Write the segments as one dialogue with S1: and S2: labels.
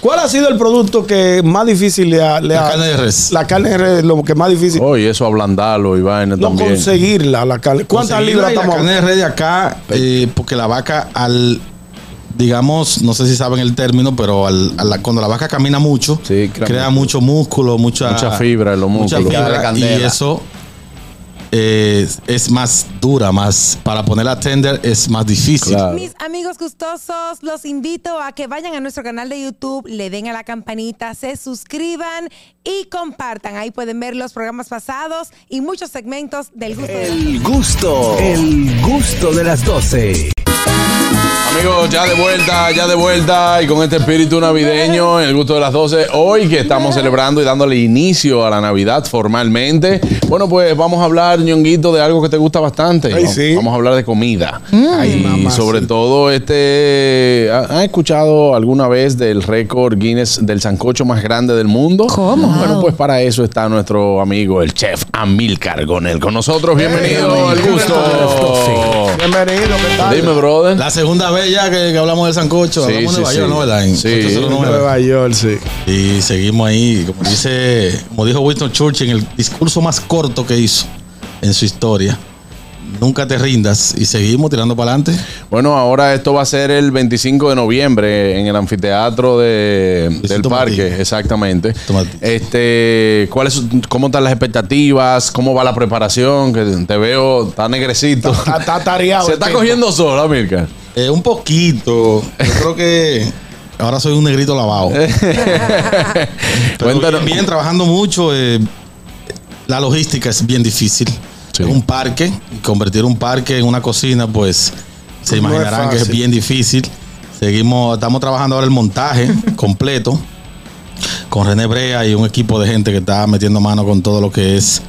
S1: ¿Cuál ha sido el producto que más difícil le ha. le
S2: La
S1: ha-
S2: carne de Oh, res.
S1: La carne de res, lo que más difícil.
S3: Oye, Oh, eso ablandarlo y vaina
S1: no
S3: también.
S1: conseguirla, la carne. ¿Cuántas
S2: Conseguirla
S1: libras
S2: y
S1: estamos
S2: La carne de res de acá, eh, porque la vaca al, digamos, no sé si saben el término, pero al, a la- cuando la vaca camina mucho,
S3: Sí,
S2: crea,
S3: crea
S2: mucho músculo, mucha,
S3: Mucha fibra en los
S2: mucha
S3: músculos.
S2: fibra,
S4: Dale
S2: y
S4: candela.
S2: eso eh, es más dura, más para ponerla tender es más difícil.
S3: Claro.
S5: Mis amigos gustosos, los invito a que vayan a nuestro canal de YouTube, le den a la campanita, se suscriban y compartan. Ahí pueden ver los programas pasados y muchos segmentos del gusto. de-
S6: El gusto, el gusto de las 12.
S3: Amigos, ya de vuelta, ya de vuelta y con este espíritu navideño, en el gusto de las 12, hoy que estamos celebrando y dándole inicio a la Navidad formalmente, bueno, pues vamos a hablar, ñonguito, de algo que te gusta bastante.
S1: Ay,
S3: ¿no?
S1: sí.
S3: Vamos a hablar de comida.
S1: Ay,
S3: y
S1: mamacita.
S3: sobre todo, este, ¿ha- ¿han escuchado alguna vez del récord Guinness del sancocho más grande del mundo? ¿Cómo? Bueno, pues para eso está nuestro amigo, el chef Amilcar Gonel, con nosotros. Bienvenido al gusto.
S1: Bienvenido, ¿qué tal?
S3: Dime, brother.
S2: La segunda vez ya que, que hablamos del sancocho,
S3: Sí,
S2: hablamos de
S3: sí,
S2: Nueva
S3: sí.
S2: York, ¿no? ¿Verdad? En
S3: Sí.
S2: 809.
S1: Nueva York, sí.
S2: Y seguimos ahí, como dice, como dijo Winston Churchill en el discurso más corto que hizo en su historia. Nunca te rindas y seguimos tirando para adelante.
S3: Bueno, ahora esto va a ser el 25 de noviembre en el anfiteatro de- del
S2: Luisito
S3: parque,
S2: Martínez.
S3: exactamente.
S2: Martínez.
S3: Este, ¿cuáles, cómo están las expectativas? ¿Cómo va la preparación? Que te veo tan negrecito.
S1: Está- está tareado
S3: Se
S1: el
S3: está
S1: tipo.
S3: cogiendo sola, Mirka.
S2: Eh, un poquito. Yo creo que ahora soy un negrito lavado. Pero
S3: Cuéntanos.
S2: bien, bien, trabajando mucho. eh, la logística es bien difícil.
S3: Sí.
S2: Es un parque. y Convertir un parque en una cocina, pues se
S1: No es
S2: imaginarán que es
S1: fácil.
S2: bien difícil. Seguimos, estamos trabajando ahora el montaje completo con René Brea y un equipo de gente que está metiendo mano con todo lo que es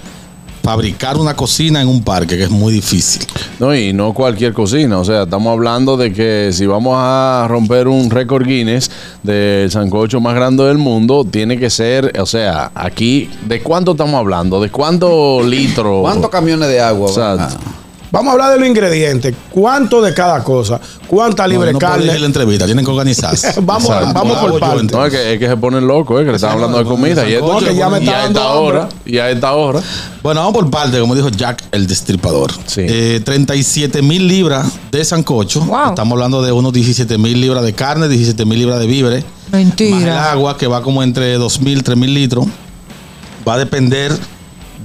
S2: fabricar una cocina en un parque, que es muy difícil.
S3: No, y no cualquier cocina. O sea, estamos hablando de que si vamos a romper un récord Guinness del sancocho más grande del mundo, tiene que ser, o sea, aquí, ¿de cuánto estamos hablando? ¿De cuántos litros?
S4: ¿Cuántos camiones de agua? van a-
S3: Exacto.
S1: Vamos a hablar de los ingredientes. ¿Cuánto de cada cosa? ¿Cuánta
S2: No,
S1: libre
S2: no puedo
S1: carne?
S2: decir la entrevista, tienen que organizarse.
S1: Vamos,
S3: Exacto.
S1: vamos por
S2: Yo
S1: partes.
S2: entiendo.
S3: No, es que, es que se ponen locos, eh, que le están hablando de comida. Y, esto-
S1: No, que ya me
S3: y
S1: está
S3: a
S1: dando
S3: esta
S1: hambre.
S3: hora, y a esta hora.
S2: Bueno, vamos por parte, como dijo Jack el Destripador. Eh,
S3: Sí.
S2: 37 mil libras de sancocho.
S5: Wow.
S2: Estamos hablando de unos 17 mil libras de carne, 17 mil libras de víveres. Más el
S5: Mentira.
S2: agua, que va como entre 2 mil, 3 mil litros. Va a depender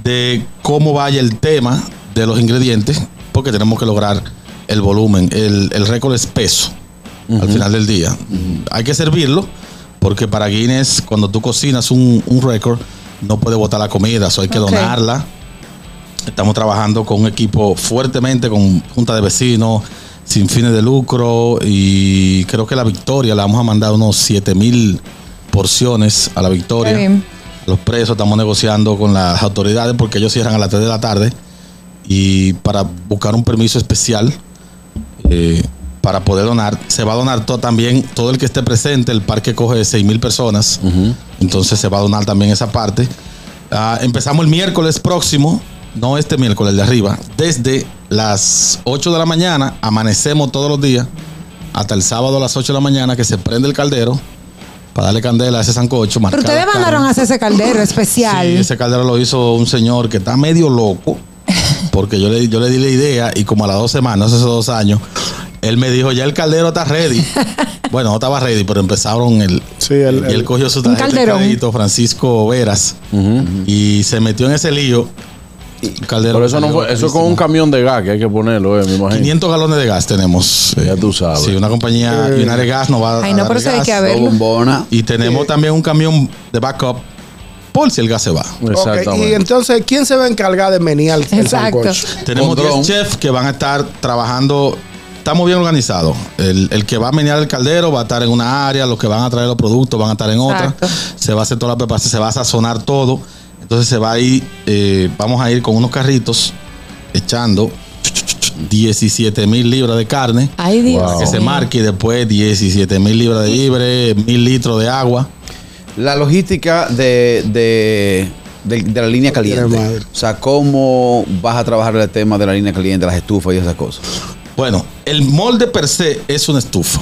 S2: de cómo vaya el tema de los ingredientes, porque tenemos que lograr el volumen. El, el récord es peso al final del día. Hay que servirlo, porque para Guinness, cuando tú cocinas un, un récord, no puede botar la comida, eso hay que
S5: Ok.
S2: donarla. Estamos trabajando con un equipo fuertemente, con junta de vecinos, sin fines de lucro, y creo que la victoria la vamos a mandar unos 7 mil porciones a la victoria.
S5: Qué bien.
S2: Los presos estamos negociando con las autoridades porque ellos cierran a las 3 de la tarde y para buscar un permiso especial eh, para poder donar. Se va a donar todo también, todo el que esté presente, el parque coge 6 mil personas, entonces se va a donar también esa parte. Ah, empezamos el miércoles próximo, no este miércoles, el de arriba, desde las 8 de la mañana, amanecemos todos los días, hasta el sábado a las 8 de la mañana que se prende el caldero para darle candela a ese sancocho.
S5: Pero
S2: marcar
S5: ustedes
S2: la
S5: mandaron
S2: carne.
S5: a hacer ese caldero especial.
S2: Sí, ese caldero lo hizo un señor que está medio loco, porque yo le, yo le di la idea y como a las dos semanas, hace dos años, él me dijo, ya el caldero está ready. bueno, no estaba ready, pero empezaron el...
S1: Sí, el-
S2: y él cogió su
S5: Un
S2: tarjeta de
S5: calderón.
S2: crédito, Francisco Veras, y se metió en ese lío. El Caldero
S3: Pero Mm. eso no
S2: salió
S3: fue, eso es
S2: carísimo.
S3: con un camión de gas que hay que ponerlo, eh, me imagino.
S2: 500 galones de gas tenemos. Eh,
S3: Ya tú sabes.
S2: Sí, una compañía
S1: Eh.
S2: United Gas nos va a
S5: Ay, no,
S2: dar
S5: pero eso hay
S2: gas.
S5: que
S4: Dos
S5: verlo.
S4: bombonas.
S2: Y tenemos también un camión de backup por si el gas se va.
S1: Ok,
S3: Exactamente.
S1: y entonces, ¿quién se va a encargar de menear el
S5: Exacto.
S1: sancocho?
S2: Tenemos
S3: Con dron.
S2: 10 chefs que van a estar trabajando. Estamos bien organizados. El, el que va a menear el caldero va a estar en una área, los que van a traer los productos van a estar en otra.
S5: Exacto.
S2: Se va a hacer toda la preparación, se va a sazonar todo. Entonces se va a ir, eh, vamos a ir con unos carritos echando 17 mil libras de carne
S5: Ay, Dios.
S2: para que se
S5: mío.
S2: marque y después 17 mil libras de libre, mil litros de agua.
S4: La logística de, de, de- de la línea
S1: Tiene
S4: caliente.
S1: madre.
S4: O sea, ¿cómo vas a trabajar el tema de la línea caliente, las estufas y esas cosas?
S2: Bueno, el molde per se es una estufa.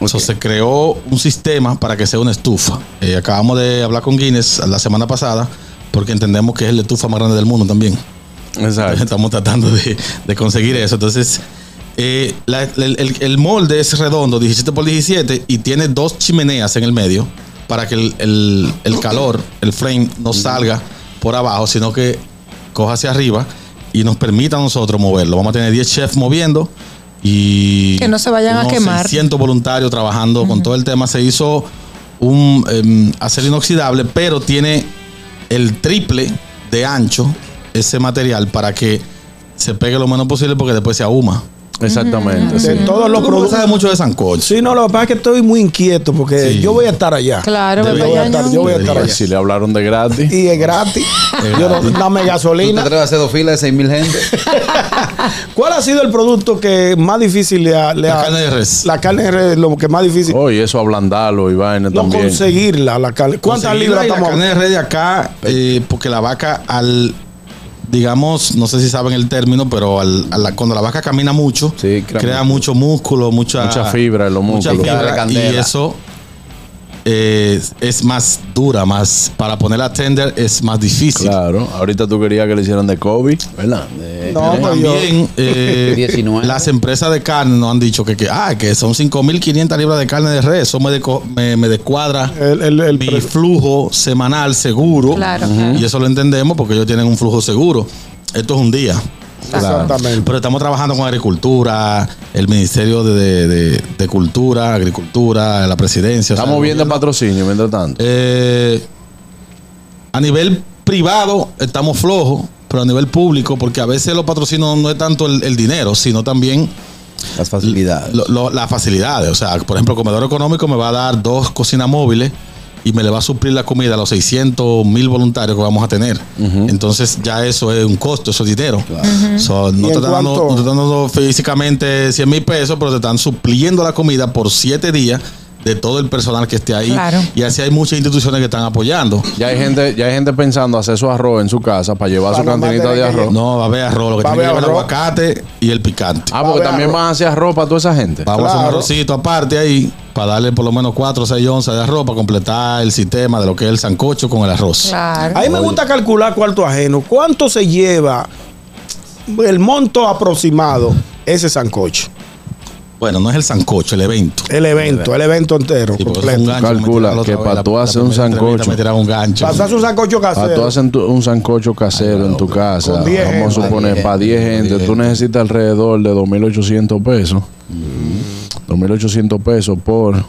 S2: O sea, se creó un sistema para que sea una estufa. Eh, acabamos de hablar con Guinness la semana pasada porque entendemos que es la estufa más grande del mundo también.
S3: Exacto.
S2: Estamos tratando de, de conseguir eso. Entonces, eh, la- el, el- el molde es redondo, 17 por 17, y tiene dos chimeneas en el medio para que el, el- el calor, el frame, no salga por abajo, sino que coja hacia arriba y nos permita a nosotros moverlo. Vamos a tener 10 chefs moviendo y...
S7: Que no se vayan a
S2: unos
S7: quemar.
S2: 600 voluntarios trabajando con todo el tema. Se hizo un em, acero inoxidable, pero tiene el triple de ancho ese material para que se pegue lo menos posible porque después se ahuma.
S3: Exactamente.
S1: De
S3: sí.
S1: todos los
S2: Tú no
S1: productos.
S2: sabes mucho de sancocho.
S1: Sí, no, lo que pasa es que estoy muy inquieto porque
S2: Sí.
S1: yo voy a estar allá.
S7: Claro,
S1: Yo
S2: Debe-
S7: Pepe
S1: voy a
S7: Yaño.
S1: estar, yo voy a estar
S3: Y
S1: allá.
S3: Si le hablaron de gratis.
S1: Y es gratis. yo no, dame
S4: ¿Tú te
S1: gasolina.
S4: atreves a hacer dos filas de 6.000 gente?
S1: ¿Cuál ha sido el producto que más difícil le ha... le
S2: La
S1: ha-
S2: carne de res. Oh,
S1: La carne de res, lo que más difícil.
S3: Oye, Oh, eso ablandarlo y vaina
S1: no
S3: también.
S1: conseguirla, la carne. ¿Cuántas libras
S2: Conseguirla y La
S1: estamos
S2: carne de res de acá, eh, porque la vaca al, digamos, no sé si saben el término, pero al- a la- cuando la vaca camina mucho,
S3: Sí,
S2: crea,
S3: crea
S2: mucho músculo, mucha,
S3: Mucha fibra en los
S2: mucha
S3: músculos.
S2: fibra,
S4: Claro,
S2: y
S4: candela.
S2: eso eh, es más dura, más para ponerla tender es más difícil.
S3: Claro. Ahorita tú querías que le hicieran de COVID, ¿verdad? Eh, De-
S1: No,
S2: Pero
S1: pues yo-
S2: también eh,
S4: 19.
S2: las empresas de carne nos han dicho que, que, ah, que son 5.500 libras de carne de res, eso me, deco- me, me descuadra
S1: El, el, el
S2: mi
S1: pre-
S2: flujo semanal seguro.
S7: Claro,
S2: Ujú.
S7: claro.
S2: Y eso lo entendemos porque ellos tienen un flujo seguro. Esto es un día.
S1: Exactamente.
S2: Pero estamos trabajando con agricultura, el Ministerio de, de- de- de Cultura, Agricultura, la presidencia. o sea,
S3: Estamos viendo
S2: el gobierno.
S3: patrocinio mientras tanto.
S2: Eh, a nivel privado estamos flojos, pero a nivel público, porque a veces los patrocinios no es tanto el- el dinero, sino también
S4: Las facilidades.
S2: lo- lo- las facilidades. O sea, por ejemplo, Comedor Económico me va a dar dos cocinas móviles y me le va a suplir la comida a los 600 mil voluntarios que vamos a tener. Entonces, ya eso es un costo, eso es dinero. So, no,
S1: ¿Y
S2: te
S1: en
S2: están dando,
S1: cuánto?
S2: no te están dando físicamente 100 mil pesos, pero te están supliendo la comida por siete días de todo el personal que esté ahí.
S7: Claro.
S2: Y así hay muchas instituciones que están apoyando.
S3: Ya hay gente, ya hay gente pensando hacer su arroz en su casa para llevar su
S1: Para nomás
S3: cantinita
S1: tener
S3: de
S1: que
S3: arroz.
S2: No, va a haber arroz, lo que
S1: Va a
S2: tiene que
S1: haber
S2: llevar el
S1: arroz.
S2: aguacate y el picante.
S3: Ah, porque
S1: Va a
S3: también
S1: haber
S3: van a hacer arroz para toda esa gente.
S2: Vamos a hacer un
S1: Claro.
S2: arrocito aparte ahí para darle por lo menos 4 o 6 onzas de arroz para completar el sistema de lo que es el sancocho con el arroz.
S7: Claro.
S1: A mí me gusta calcular cuarto ajeno. ¿Cuánto se lleva el monto aproximado ese sancocho?
S2: Bueno, no es el sancocho, el evento.
S1: El evento, el evento entero,
S2: Sí, porque eso fue un
S1: completo.
S2: gancho me
S3: Calcula
S2: tiraron la otra
S3: que
S2: vez,
S3: para
S2: la-
S3: tú
S2: la
S3: hacer un
S2: primera entrevista
S3: sancocho.
S2: Me tiraron un gancho.
S1: Pasas un sancocho
S2: Ah,
S3: Para
S1: casero.
S3: tú hacer Ah, tu- un sancocho casero en tu casa,
S1: Con diez
S3: vamos a
S1: gente.
S3: suponer, para 10 gente, tú necesitas alrededor de 2.800 pesos. 2.800 pesos por...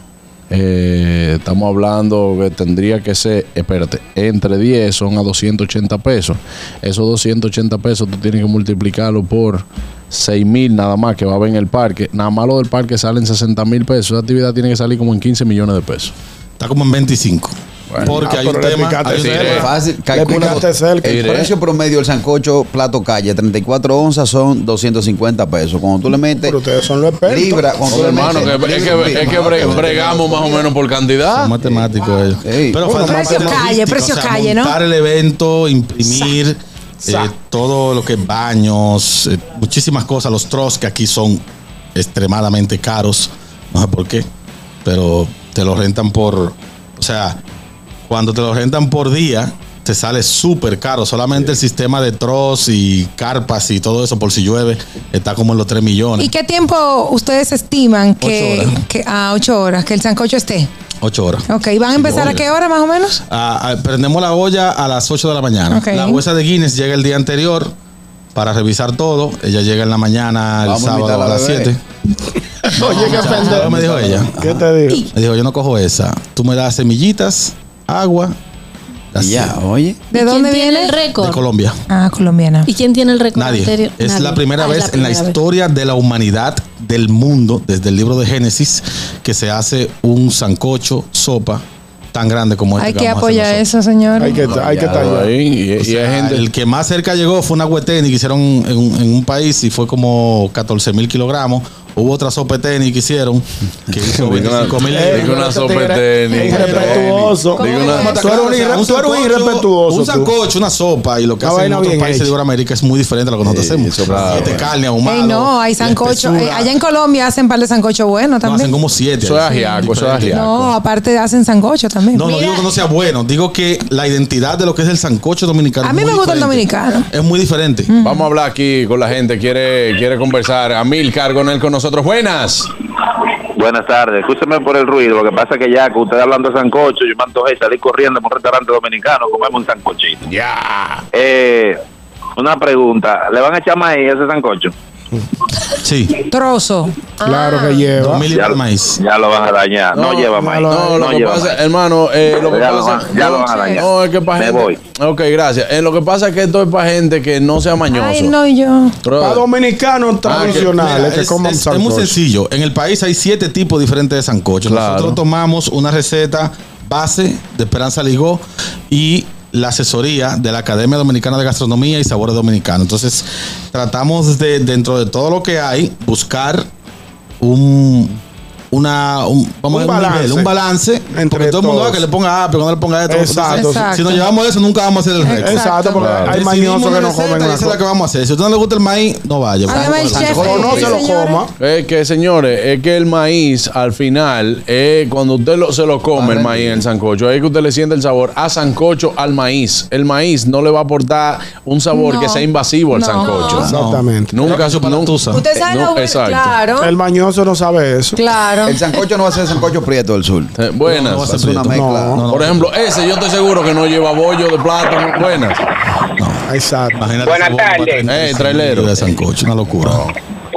S3: eh, estamos hablando que tendría que ser, espérate, entre 10 son a 280 pesos. Esos 280 pesos tú tienes que multiplicarlo por 6.000 nada más que va a haber en el parque. Nada más lo del parque salen 60 mil pesos. Esa actividad tiene que salir como en 15 millones de pesos.
S2: Está como en 25. porque
S1: Ah,
S2: hay un
S1: pero le
S2: tema.
S1: picaste
S2: hay un
S1: cerca.
S2: tema.
S4: Fácil,
S1: Le picaste cerca.
S4: El precio promedio del sancocho plato calle, 34 onzas son 250 pesos. Cuando tú le metes
S1: Pero ustedes son los expertos.
S4: libra, cuando tú le
S3: hermano, que,
S4: metes
S3: es que,
S4: libra,
S3: es que bre- bregamos más o menos por cantidad.
S2: Son matemáticos ellos.
S4: Ey.
S2: Pero
S1: Bueno,
S2: falta más
S7: Ah.
S2: de
S7: precio calle,
S2: logística,
S7: precio
S2: o sea,
S7: calle, ¿no?
S2: Montar el evento, imprimir
S1: Sa.
S2: eh, todo lo que es baños, eh, muchísimas cosas. Los trozos que aquí son extremadamente caros. No sé por qué. Pero te lo rentan por. O sea, cuando te lo rentan por día, te sale súper caro. Solamente el sistema de trozos y carpas y todo eso, por si llueve, está como en los 3 millones.
S7: ¿Y qué tiempo ustedes estiman que,
S2: Ocho horas.
S7: que- a ocho horas que el sancocho esté?
S2: 8 horas.
S7: Ok, ¿van a empezar a qué hora más o menos?
S2: Ah, ah, prendemos la olla a las 8 de la mañana.
S7: Ok.
S2: La jueza de Guinness llega el día anterior para revisar todo. Ella llega en la mañana el
S4: Vamos a
S2: sábado
S4: invitar
S2: a
S4: a la
S2: las
S4: bebé.
S2: 7.
S1: Oye, qué
S2: ¿Qué
S1: pendejo.
S2: Ah, me dijo ella?
S1: ¿Qué te digo?
S2: Me dijo, yo no cojo esa. Tú me das semillitas, agua,
S4: y
S2: las
S4: Ya,
S2: siete.
S4: oye.
S7: ¿De
S8: ¿Quién
S7: dónde
S8: tiene
S7: viene?
S8: el
S2: de
S8: récord?
S2: Colombia.
S7: Ah, colombiana.
S8: ¿Y quién tiene el récord
S2: Nadie.
S8: anterior?
S2: Es
S8: Nadie.
S2: la primera
S8: Ah, es
S2: vez en la
S8: primera vez.
S2: historia de la humanidad del mundo, desde el libro de Génesis, que se hace un sancocho, sopa tan grande como este.
S7: Hay que
S2: vamos a hacer
S7: apoyar
S2: nosotros.
S7: eso, señor.
S1: Hay que, hay que estar allá.
S3: Ahí, y, y
S2: O sea,
S3: hay gente.
S2: El que más cerca llegó fue una hueteni que hicieron en, un- en un país y fue como 14 mil kilogramos. Hubo otra sopa de tenis que hicieron que hizo 25 mil
S1: Eh,
S3: Digo una sopa de tenis.
S1: Irrespetuoso.
S2: Digo una-
S7: ¿Cómo es?
S1: Tú eres un irre- tú eres un irrespetuoso, tú.
S2: Un sancocho, una sopa y lo que
S1: Una
S2: hacen en
S1: vaina
S2: otros
S1: bien
S2: países
S1: hecha.
S2: de América es muy diferente a lo que nosotros
S3: Sí,
S2: hacemos.
S3: sopa.
S2: Siete carne ahumada.
S7: Ey, no, hay sancocho. Eh, allá en Colombia hacen par de sancocho bueno
S2: No, hacen
S7: también.
S2: como siete.
S3: Eso es ajiaco, eso es ajiaco.
S7: No, aparte hacen sancocho también.
S2: No, no
S5: Mira.
S2: digo que no sea bueno, digo que la identidad de lo que es el sancocho dominicano.
S7: A
S2: es
S7: mí
S2: muy
S7: me gusta el
S2: diferente.
S7: dominicano. Mm.
S2: Es muy diferente.
S3: Vamos a hablar aquí con la gente. Quiere, quiere conversar. Amilcar Gonel con nosotros. Buenas.
S8: Buenas tardes, escúcheme por el ruido, lo que pasa es que ya que usted hablando de sancocho, yo me antojé salir corriendo por un restaurante dominicano, comemos un sancochito.
S3: Ya.
S8: Eh, una pregunta, ¿le van a echar maíz a ese sancocho?
S2: Sí.
S7: Trozo.
S1: Claro
S7: Ah.
S1: que lleva.
S2: Dos mil y
S8: Ya,
S2: de maíz.
S8: ya lo van a dañar, no,
S3: No,
S8: lleva maíz,
S3: No,
S8: no,
S3: lo que
S8: lleva
S3: pasa,
S8: maíz.
S3: hermano, eh, lo que
S8: Ya lo
S3: pasa.
S8: van- ya
S3: no,
S8: lo van a dañar.
S3: no, es que pa'
S8: Me
S3: gente-
S8: voy.
S3: Ok, gracias. Eh, lo que pasa es que esto es para gente que no sea mañoso.
S7: Ay, no, y yo.
S1: Para
S3: Brother,
S1: dominicanos
S2: Mira,
S1: tradicionales que
S2: Ah, es,
S1: coman
S2: es- es muy
S1: sancocho.
S2: sencillo. En el país hay siete tipos diferentes de sancocho.
S3: Claro.
S2: Nosotros tomamos una receta base de Esperanza Ligó y la asesoría de la Academia Dominicana de Gastronomía y Sabores Dominicanos. Entonces, tratamos de, dentro de todo lo que hay, buscar un. Una, un, vamos
S1: Un
S2: a decir, un,
S1: balance.
S2: nivel, un balance
S1: Entre
S2: porque todo el mundo va
S1: todos.
S2: que le ponga A pero que no le ponga esto
S1: Exacto.
S2: si nos llevamos eso nunca vamos a hacer el récord
S1: Exacto, porque
S3: Claro.
S1: hay
S2: Decidimos
S1: mañosos que
S2: una
S1: no comen
S2: receta y
S1: una
S2: esa es la que
S1: cosa.
S2: vamos a hacer si a usted no le gusta el maíz no vaya
S7: Además, el chef.
S1: O no
S7: Sí,
S1: se lo
S7: señores.
S1: coma.
S3: Es Eh, que, señores, es que el maíz al final, eh, cuando usted lo- se lo come el maíz en el sancocho, es que usted le siente el sabor a sancocho al maíz. El maíz no le va a aportar un sabor
S7: No.
S3: que sea invasivo al
S7: No.
S3: sancocho.
S2: No.
S1: Exactamente.
S3: Nunca
S2: Eso
S3: su
S2: para la tusa.
S7: Usted sabe lo bueno. Claro.
S1: El mañoso no sabe eso.
S7: Claro.
S4: El sancocho no va a ser el sancocho prieto del sur.
S3: Eh, buenas.
S2: No, no va a ser
S4: Es una
S2: prieto.
S4: mezcla.
S1: No.
S2: No, no.
S3: Por ejemplo, ese yo estoy seguro que no lleva bollo de plátano. Buenas.
S1: Exacto.
S2: Imagínate
S9: Buenas
S2: ese bombo para
S9: tardes.
S2: 35
S3: Eh, trailero.
S2: de sancocho, una locura.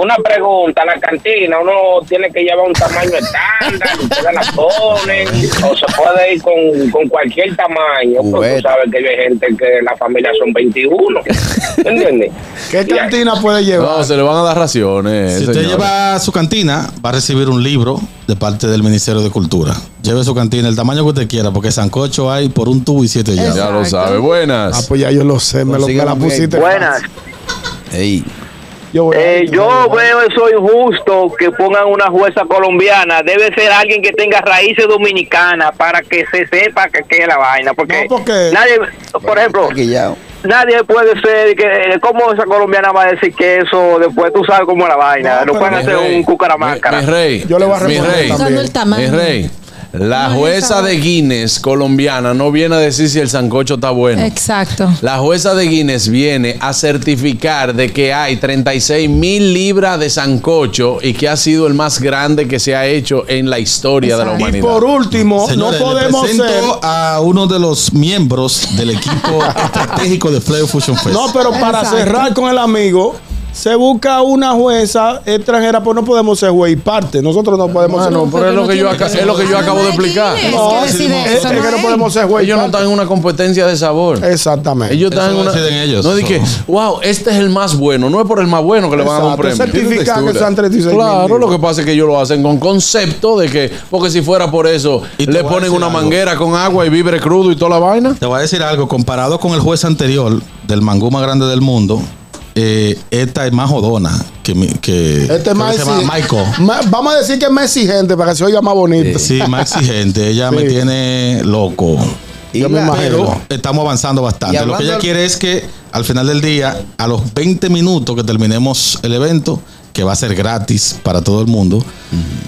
S9: Una pregunta, la cantina, uno tiene que llevar un tamaño estándar, ustedes la ponen, o se puede ir con, con cualquier tamaño, porque tú
S4: Cubeta.
S9: sabes que hay gente que la familia son 21, ¿entiendes?
S1: ¿Qué
S9: Y-
S1: cantina puede
S3: No,
S1: llevar?
S3: se le van a dar raciones.
S2: Si usted
S3: señores.
S2: lleva a su cantina, va a recibir un libro de parte del Ministerio de Cultura. Lleve su cantina, el tamaño que usted quiera, porque sancocho hay por un tubo y siete
S3: Ya
S2: ya.
S3: lo
S7: Exacto.
S3: sabe.
S1: Ah,
S3: Buenas.
S1: pues ya yo lo sé, me, lo, me la
S4: Consíguelo,
S1: pusiste.
S4: Miguel.
S8: Buenas,
S4: Ey,
S1: Yo, voy a-
S9: Eh, yo veo eso injusto que pongan una jueza colombiana. Debe ser alguien que tenga raíces dominicanas para que se sepa que, que es la vaina. Porque,
S1: No, porque-
S9: nadie, por ejemplo,
S4: taquillao.
S9: nadie puede ser que. ¿Cómo esa colombiana va a decir que eso después tú sabes cómo es la vaina?
S1: No,
S9: No,
S1: pero-
S9: pueden
S3: Mi
S9: hacer
S3: rey,
S9: un
S3: Mi,
S9: cucaramáscara.
S3: mi rey.
S1: Yo le voy a
S3: mi
S1: responder
S3: rey.
S1: también.
S3: Mi rey. La jueza de Guinness colombiana no viene a decir si el sancocho está bueno.
S7: Exacto.
S3: La jueza de Guinness viene a certificar de que hay 36 mil libras de sancocho y que ha sido el más grande que se ha hecho en la historia de
S7: Exacto.
S3: la
S1: Y
S3: humanidad.
S1: por último,
S2: Señores,
S1: no podemos
S2: le
S1: ser.
S2: presento a uno de los miembros del equipo estratégico de Flavor Fusion Fest.
S3: Pues,
S1: No, pero para
S7: Exacto.
S1: cerrar con el amigo, se busca una jueza extranjera, pues no podemos ser juez y parte. Nosotros no podemos ser.
S3: Mano,
S1: no,
S3: pero es lo que yo, aca- es lo que yo
S7: Ah,
S3: acabo
S7: no
S3: de
S7: hay
S3: explicar.
S7: Guinness.
S2: No,
S7: ¿Qué decide
S1: es,
S7: eso?
S1: es que no
S7: hay.
S1: podemos ser juez y
S3: Ellos no
S1: parte.
S3: están en una competencia de sabor.
S1: Exactamente.
S3: Ellos
S2: Eso
S3: están en
S2: lo
S3: una.
S2: deciden ellos.
S3: no di que, wow, este es el más bueno. No es por el más bueno que le van a dar un
S1: Exacto,
S3: premio.
S1: certificar
S3: Tiene
S1: que sean 36.000
S3: Claro,
S1: libras.
S3: lo que pasa es que ellos lo hacen con concepto de que, porque si fuera por eso,
S2: Y te
S3: le
S2: voy a
S3: ponen
S2: decir
S3: una
S2: algo.
S3: manguera con agua y vibre crudo y toda la vaina.
S2: Te voy a decir algo, comparado con el juez anterior del mangú más grande del mundo, eh, esta es más jodona que, mi- que,
S1: Este
S2: creo
S1: es
S2: que
S1: más
S2: se llama
S1: exi-
S2: Michael.
S1: ma- vamos a decir que es más exigente para que se oiga más bonito.
S2: Sí, más exigente, ella
S1: Sí.
S2: me tiene loco.
S4: Y
S1: Yo me
S4: la-
S1: imagino.
S2: Pero estamos avanzando
S4: Y
S2: bastante. Lo
S4: hablando
S2: que ella
S4: al-
S2: quiere es que al final del día, a los 20 minutos que terminemos el evento, que va a ser gratis para todo el mundo,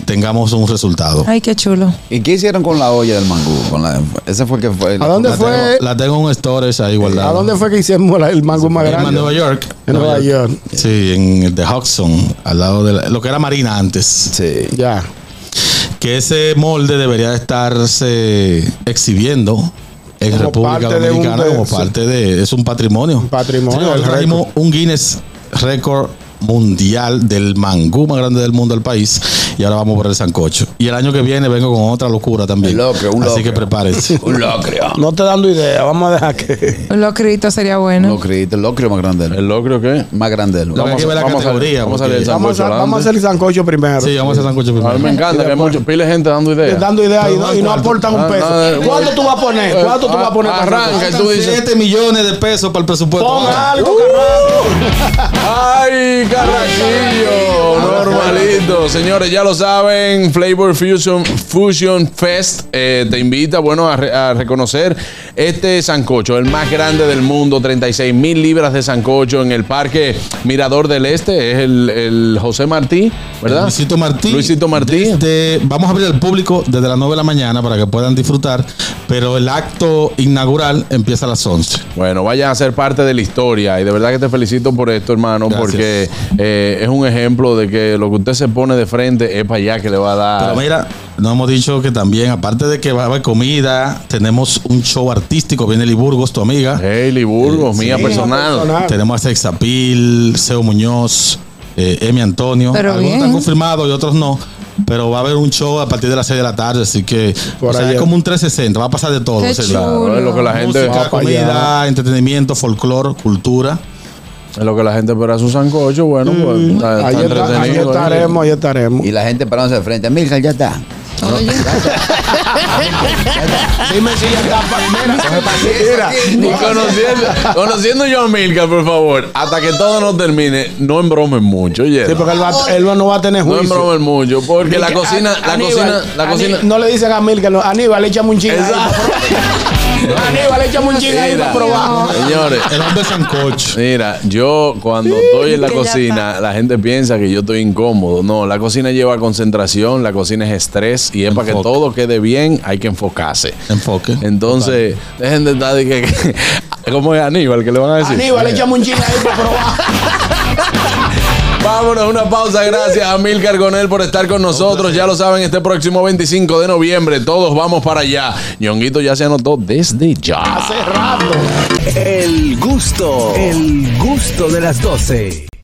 S2: tengamos un resultado.
S7: Ay, qué chulo.
S4: ¿Y qué hicieron con la olla del mangú? Con la- ese fue el que fue.
S1: ¿A dónde
S2: La
S1: fue?
S2: tengo, la tengo en storage ahí guardada.
S1: ¿A dónde fue que hicimos la- el mango más
S2: En Nueva
S1: grande?
S2: York.
S1: En Nueva York.
S2: Sí, en el de Hudson, al lado de la- lo que era Marina antes.
S4: Sí.
S1: Ya.
S2: Que ese molde debería estarse exhibiendo en
S1: Como
S2: República
S1: parte de un-
S2: Dominicana como
S1: sí.
S2: parte de... Es un patrimonio.
S1: Un patrimonio,
S2: Señor,
S1: el
S2: trajimos un Guinness récord mundial del mangú más grande del mundo del país y ahora vamos por el sancocho y el año que viene vengo con otra locura también
S4: Un locrio, un
S2: así
S4: locrio.
S2: que prepárense
S4: Un
S2: ah.
S4: locrio.
S1: No te dando idea, vamos a dejar que.
S7: Un locrito sería
S4: Un
S7: bueno.
S4: locrio, el locrio más grande. del-
S3: El locrio qué?
S4: Más grande. del-
S2: Lo-
S3: Vamos
S2: que
S3: a,
S2: ver la
S3: vamos a-
S2: categoría,
S3: vamos a leer el
S2: porque-
S1: Vamos
S3: sancocho
S1: a, vamos a
S3: adelante.
S1: hacer el sancocho primero. Eh,
S2: sí vamos al sancocho
S3: A
S2: primero
S3: mí me encanta que hay mucho, pile de gente dando ideas.
S1: Dando ideas y, no- y no
S2: ¿Cuánto?
S1: aportan
S3: Ah,
S1: un peso.
S3: no, no,
S1: ¿Cuánto tú vas a poner?
S3: Eh,
S1: ¿Cuánto tú vas a poner? para
S3: arranca.
S1: sancocho?
S3: Que tú dices-
S2: 7 millones de pesos para el presupuesto
S1: Pon
S2: Vamos.
S1: algo, carajo.
S3: ¡Ay, Carraquillo, normalito. Señores, ya lo saben, Flavor Fusion, Fusion Fest eh, te invita, bueno, a, re- a reconocer este sancocho, el más grande del mundo, 36 mil libras de sancocho en el Parque Mirador del Este, es el, el José Martí, ¿verdad?
S2: Luisito Martí.
S3: Luisito Martí.
S2: Desde- vamos a abrir al público desde las 9 de la mañana para que puedan disfrutar, pero el acto inaugural empieza a las 11.
S3: Bueno, vayan a ser parte de la historia y de verdad que te felicito por esto, hermano,
S2: Gracias.
S3: porque eh, es un ejemplo de que lo que usted se pone de frente es para allá que le va a dar.
S2: Pero mira, nos hemos dicho que también, aparte de que va a haber comida, tenemos un show artístico, viene Liburgos, tu amiga.
S3: Hailey Burgos,
S2: Sí.
S3: mía personal.
S7: Ah.
S1: Personal.
S2: Tenemos a Sexapil, Seo Muñoz, eh, Emi Antonio.
S7: Pero
S2: Algunos
S7: bien.
S2: están confirmados y otros no. Pero va a haber un show a partir de las 6 de la tarde, así que
S1: Por
S2: o sea,
S1: ahí.
S2: es como un 360, va a pasar de todo.
S7: Qué
S2: ese día.
S7: chulo.
S3: Claro, es lo que la gente,
S2: Música,
S1: pa'
S2: comida, entretenimiento, folclore, cultura.
S3: es lo que la gente espera su sancocho, bueno, pues está, está
S1: Mm, Ahí, está- ahí
S3: entretenido, ¿eh?
S1: estaremos, ahí estaremos.
S4: Y la gente parándose de frente. Milcar, ya está.
S7: Oye,
S1: Dime si ya está. pa- Mira,
S3: Y
S1: mira.
S3: conociendo, conociendo yo a Milka, por favor, hasta que todo no termine, no embromen mucho, oye.
S1: Sí, porque él, va- él no va a tener
S3: no
S1: juicio.
S3: embromen mucho, porque la
S1: Dice,
S3: cocina,
S1: "An-
S3: la
S1: Aníbal,
S3: cocina, la
S1: Ani-
S3: cocina.
S1: No le dicen a Milka, no, Aníbal, échame un ching ahí.
S3: Exacto.
S1: Aníbal, échame un ching ahí para probar.
S3: Señores,
S2: El hombre sancocho.
S3: Mira, yo cuando estoy en la
S5: que ya
S3: cocina, la gente piensa que yo estoy incómodo. No, la cocina lleva concentración, la cocina es estrés y es para que
S2: Enfoque.
S3: todo quede bien, hay que enfocarse.
S2: Enfoque.
S3: Entonces, dejen de estar de que, que- ¿Cómo es Aníbal que le van a decir?
S1: Aníbal, échame un ching ahí para probar.
S3: Vámonos, una pausa. Gracias a Mil Cargonel por estar con nosotros. Ya lo saben, este próximo 25 de noviembre, todos vamos para allá. Ñonguito ya se anotó desde ya.
S1: Hace rato.
S6: El gusto, el gusto de las doce.